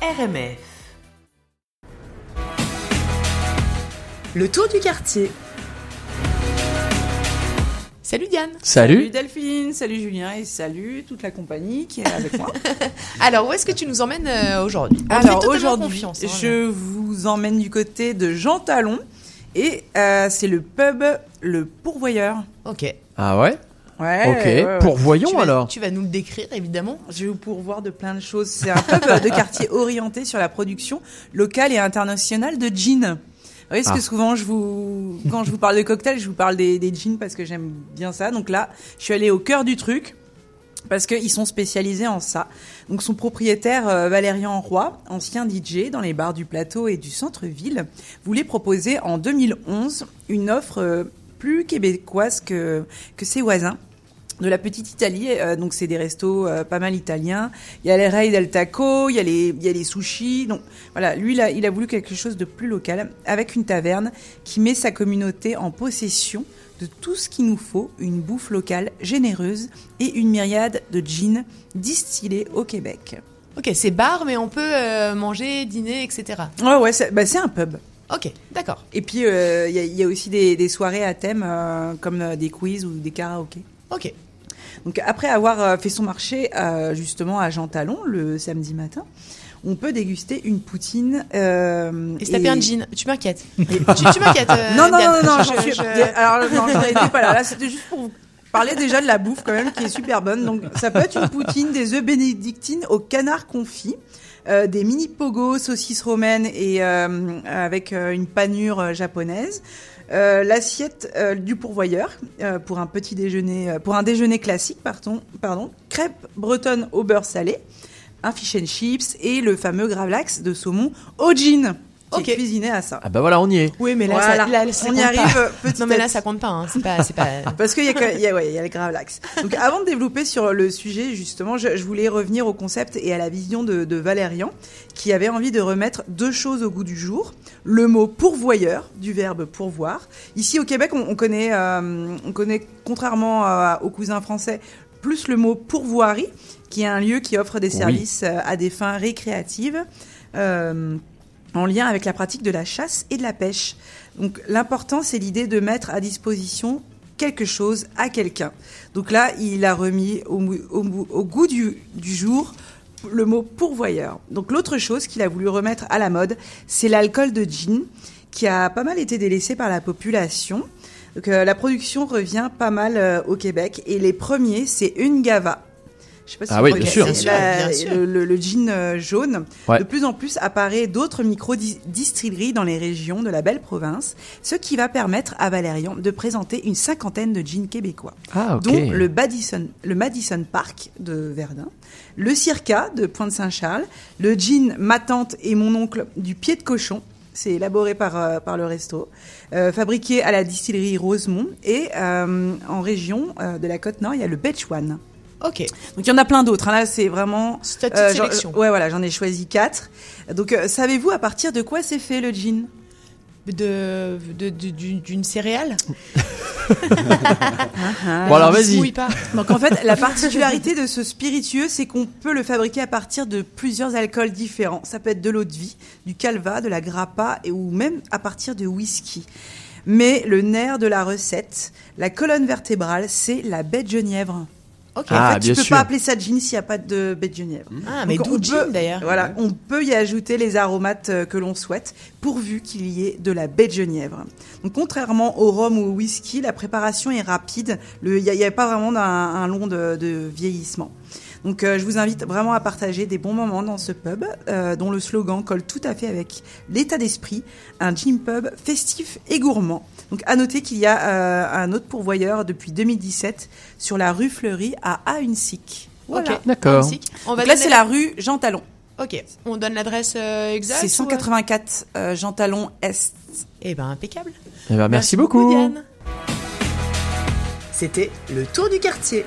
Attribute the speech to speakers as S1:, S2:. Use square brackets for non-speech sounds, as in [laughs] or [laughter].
S1: RMF.
S2: Le tour du quartier. Salut Diane.
S3: Salut
S4: Delphine, salut Julien et salut toute la compagnie qui est avec moi.
S2: Alors où est-ce que tu nous emmènes euh, aujourd'hui [laughs] On te fait
S4: Alors
S2: totalement
S4: aujourd'hui,
S2: confiance, hein.
S4: je vous emmène du côté de Jean Talon et euh, c'est le pub Le Pourvoyeur.
S2: Ok.
S3: Ah ouais
S4: Ouais.
S3: Ok,
S4: ouais, ouais.
S2: Tu
S3: pourvoyons
S2: vas,
S3: alors
S2: tu vas nous le décrire évidemment.
S4: Je vais vous pourvoir de plein de choses. C'est un pub de quartier orienté sur la production locale et internationale de gin. Vous voyez, parce
S3: Ah.
S4: que souvent, je vous, quand je vous parle de cocktails, je vous parle des, des jeans parce que j'aime bien ça. Donc là, je suis allée au cœur du truc parce qu'ils sont spécialisés en ça. Donc son propriétaire, euh, Valérian Roy, ancien DJ dans les bars du plateau et du centre-ville, voulait proposer en 2011 une offre euh, plus québécoise que, que ses voisins de la petite Italie. Euh, donc, c'est des restos euh, pas mal italiens. Il y a les Rey del Taco, il y a les, il y a les sushis. Donc, voilà, lui, il a, il a voulu quelque chose de plus local avec une taverne qui met sa communauté en possession de tout ce qu'il nous faut, une bouffe locale généreuse et une myriade de gins distillés au Québec.
S2: Ok, c'est bar mais on peut euh, manger, dîner, etc.
S4: Ouais, ouais, c'est bah, c'est un pub.
S2: Ok, d'accord.
S4: Et puis, euh, il y, a- il y a aussi des, des soirées à thème, euh, comme euh, des quiz ou des karaokés.
S2: Ok.
S4: Donc après avoir euh, fait son marché euh, justement à Jean Talon le samedi matin, on peut déguster une poutine. euh,
S2: Et se taper un jean. Tu m'inquiètes. tu tu m'inquiètes. euh,
S4: Non, non, non,
S2: Diane.
S4: non, non,
S2: Je-
S4: je-
S2: je-
S4: je- alors non, j'en étais pas là. Là, c'était juste pour vous parler déjà de la bouffe quand même qui est super bonne. Donc ça peut être une poutine, des œufs bénédictines au canard confit. euh, des mini pogos, saucisses romaines et euh, avec euh, une panure euh, japonaise. Euh, l'assiette euh, du pourvoyeur euh, pour un petit déjeuner euh, pour un déjeuner classique pardon pardon crêpes bretonnes au beurre salé un fish and chips et le fameux gravlax de saumon au gin qui
S2: Ok.
S4: est cuisiné à ça
S3: Ah bah voilà, on y est
S2: Oui, mais là,
S4: Voilà.
S2: ça, là, ça
S4: on y
S2: compte pas.
S4: arrive euh, petit
S2: Non, mais
S4: à
S2: là,
S4: petit.
S2: ça compte pas. hein. C'est pas, c'est pas.
S4: Parce qu'il y a, quand- il y a, ouais, il y a le gravlax. Donc, avant de développer sur le sujet, justement, je, je voulais revenir au concept et à la vision de, de Valérian, qui avait envie de remettre deux choses au goût du jour. Le mot pourvoyeur, du verbe pourvoir. Ici, au Québec, on, on connaît, euh, on connaît, contrairement à- aux cousins français, plus le mot pourvoirie, qui est un lieu qui offre des
S3: Oui.
S4: services euh, à des fins récréatives. euh, en lien avec la pratique de la chasse et de la pêche. Donc l'important, c'est l'idée de mettre à disposition quelque chose à quelqu'un. Donc là, il a remis au, mou- au mou- au goût du, du jour le mot pourvoyeur. Donc l'autre chose qu'il a voulu remettre à la mode, c'est l'alcool de gin, qui a pas mal été délaissé par la population. Donc, euh, la production revient pas mal euh, au Québec, et les premiers, c'est Ungava. Je sais pas si
S3: Ah
S4: vous
S3: oui,
S4: connaissez
S3: bien sûr.
S4: la-
S2: Bien sûr, bien sûr.
S4: Le, le- le gin euh, jaune.
S3: Ouais.
S4: De plus en plus apparaît d'autres micro-distilleries dans les régions de la belle province, ce qui va permettre à Valérian de présenter une cinquantaine de jeans québécois,
S3: Ah ok
S4: dont le Madison, le Madison Park de Verdun, le Circa de Pointe-Saint-Charles, le jean Ma tante et mon oncle du pied de cochon. C'est élaboré par, euh, par le resto, euh, fabriqué à la distillerie Rosemont et euh, en région euh, de la côte nord, il y a le Bechuan.
S2: Ok.
S4: Donc il y en a plein d'autres. hein. Là, c'est vraiment euh,
S2: C'est ta petite
S4: j'en-
S2: sélection.
S4: ouais, voilà, j'en ai choisi quatre. Donc, euh, savez-vous à partir de quoi c'est fait le gin
S2: De, de- de- d'une d'une céréale.
S3: Bon alors
S2: Il se mouille
S3: vas-y
S2: pas.
S4: Donc, en fait, la particularité de ce spiritueux, c'est qu'on peut le fabriquer à partir de plusieurs alcools différents. Ça peut être de l'eau de vie, du calva, de la grappa, et ou même à partir de whisky. Mais le nerf de la recette, la colonne vertébrale, c'est la baie de Genièvre.
S2: Ok.
S3: Ah,
S4: en fait, tu
S3: bien
S4: peux
S3: sûr. Hmm.
S4: pas appeler ça gin s'il n'y a pas de baie de Genièvre.
S2: Ah, mais
S4: Donc,
S2: d'où
S4: on
S2: Jim
S4: peut-
S2: d'ailleurs
S4: Voilà, on peut y ajouter les aromates euh, que l'on souhaite, pourvu qu'il y ait de la baie de Genièvre. Donc, contrairement au rhum ou au whisky, la préparation est rapide. Le- Il n'y a, il y a pas vraiment d'un- un, long de, de vieillissement. Donc, euh, je vous invite vraiment à partager des bons moments dans ce pub, euh, dont le slogan colle tout à fait avec l'état d'esprit, un gym pub festif et gourmand. Donc, à noter qu'il y a euh, un autre pourvoyeur depuis 2017 sur la rue Fleury à Aunsic. Voilà.
S2: Ok.
S3: D'accord.
S2: Fantastique. On va
S4: Donc là,
S2: donner-
S4: c'est la rue Jean Talon.
S2: Ok. On donne l'adresse euh, exacte.
S4: C'est
S2: ou, euh
S4: 184 euh, Jean Talon Est.
S2: Eh ben impeccable.
S3: Eh ben, merci, beaucoup,
S2: Diane.
S1: C'était le tour du quartier.